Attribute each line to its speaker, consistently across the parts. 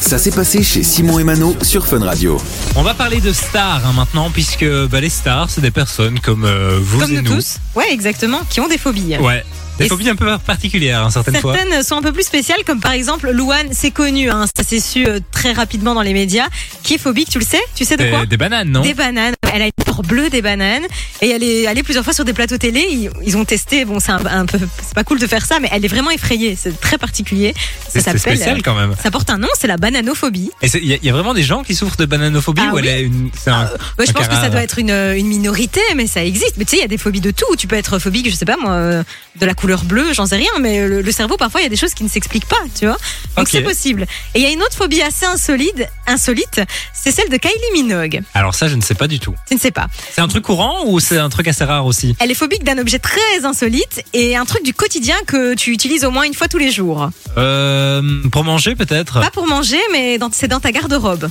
Speaker 1: Ça s'est passé chez Simon et Mano sur Fun Radio.
Speaker 2: On va parler de stars hein, maintenant, puisque bah, les stars, c'est des personnes comme euh, vous
Speaker 3: Comme
Speaker 2: et
Speaker 3: nous
Speaker 2: nous.
Speaker 3: tous. Ouais, exactement, qui ont des phobies.
Speaker 2: Ouais. Des
Speaker 3: Et
Speaker 2: phobies un peu particulières, hein, certaines fois.
Speaker 3: Certaines sont un peu plus spéciales, comme par exemple Louane, c'est connu, hein, ça s'est su euh, très rapidement dans les médias, qui est phobique, tu le sais Tu sais de quoi
Speaker 2: Des, des bananes, Eh non
Speaker 3: Des bananes. Elle a une peur bleue des bananes. Et elle est allée plusieurs fois sur des plateaux télé. Ils, ils ont testé. Bon, c'est un, un peu, c'est pas cool de faire ça, mais elle est vraiment effrayée. C'est très particulier. Ça
Speaker 2: C'est c'est
Speaker 3: s'appelle.
Speaker 2: spécial quand même.
Speaker 3: euh, Ça porte un nom, c'est la bananophobie.
Speaker 2: Et c'est- il y, a- il y a vraiment des gens qui souffrent de bananophobie
Speaker 3: Ah
Speaker 2: ou elle
Speaker 3: oui.
Speaker 2: est une. c'est un-
Speaker 3: Ouais, je
Speaker 2: un
Speaker 3: pense que ça
Speaker 2: carrare.
Speaker 3: doit être une, une minorité, mais ça existe. Mais tu sais, il y a des phobies de tout. Tu peux être phobique, je sais pas moi, euh, de la couleur bleue, j'en sais rien, mais le, le cerveau, parfois, il y a des choses qui ne s'expliquent pas, tu vois. Donc
Speaker 2: Ok.
Speaker 3: c'est possible. Et il y a une autre phobie assez insolide, insolite, c'est celle de Kylie Minogue.
Speaker 2: Alors ça, je ne sais pas du tout.
Speaker 3: Tu ne sais pas.
Speaker 2: C'est un truc courant ou c'est un truc assez rare aussi
Speaker 3: Elle est phobique d'un objet très insolite et un truc du quotidien que tu utilises au moins une fois tous les jours.
Speaker 2: euh, Pour manger peut-être
Speaker 3: Pas pour manger, mais dans- c'est dans ta garde-robe.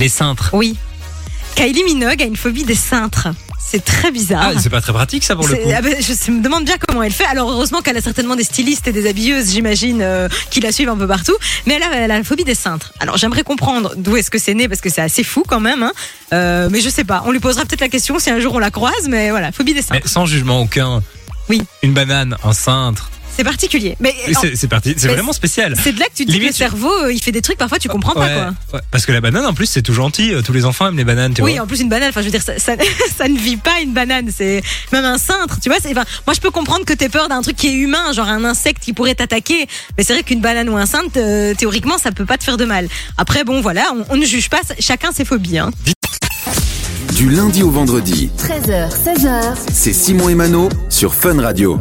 Speaker 2: Les cintres.
Speaker 3: Oui. Kylie Minogue a une phobie des cintres. C'est très bizarre.
Speaker 2: Ah, c'est pas très pratique ça pour le
Speaker 3: C'est-
Speaker 2: coup.
Speaker 3: ah ben, je je me demande bien comment elle fait. Alors heureusement qu'elle a certainement des stylistes et des habilleuses, j'imagine, euh, qui la suivent un peu partout. Mais elle a, elle a la phobie des cintres. Alors j'aimerais comprendre d'où est-ce que c'est né parce que c'est assez fou quand même. hein. Euh, mais je sais pas. On lui posera peut-être la question si un jour on la croise. Mais voilà, phobie des
Speaker 2: Mais
Speaker 3: cintres.
Speaker 2: sans jugement aucun.
Speaker 3: Oui.
Speaker 2: Une banane, un cintre.
Speaker 3: C'est particulier. Mais
Speaker 2: Oui, C'est c'est parti. C'est
Speaker 3: Mais
Speaker 2: vraiment spécial.
Speaker 3: c'est de là que tu te dis que
Speaker 2: Limite,
Speaker 3: le
Speaker 2: tu-
Speaker 3: cerveau, euh, il fait des trucs parfois tu comprends pas
Speaker 2: Ouais,
Speaker 3: quoi.
Speaker 2: ouais. Parce que la banane, en plus, c'est tout gentil. Euh, Tous les enfants aiment les bananes, tu
Speaker 3: Oui,
Speaker 2: vois.
Speaker 3: en plus une banane, enfin je veux dire, ça, ça- ça ne vit pas une banane, c'est même un cintre, tu vois. c'est- Enfin, moi je peux comprendre que t'aies peur d'un truc qui est humain, genre un insecte qui pourrait t'attaquer, mais c'est vrai qu'une banane ou un cintre, euh, théoriquement, ça peut pas te faire de mal. Après, bon, voilà, on, on ne juge pas, chacun ses phobies. Hein.
Speaker 1: Du lundi au vendredi,
Speaker 4: 13h, 16h.
Speaker 1: c'est Simon et Mano sur Fun Radio.